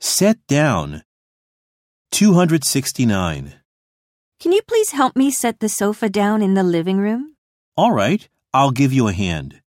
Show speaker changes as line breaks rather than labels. Set down. 269.
Can you please help me set the sofa down in the living room?
All right, I'll give you a hand.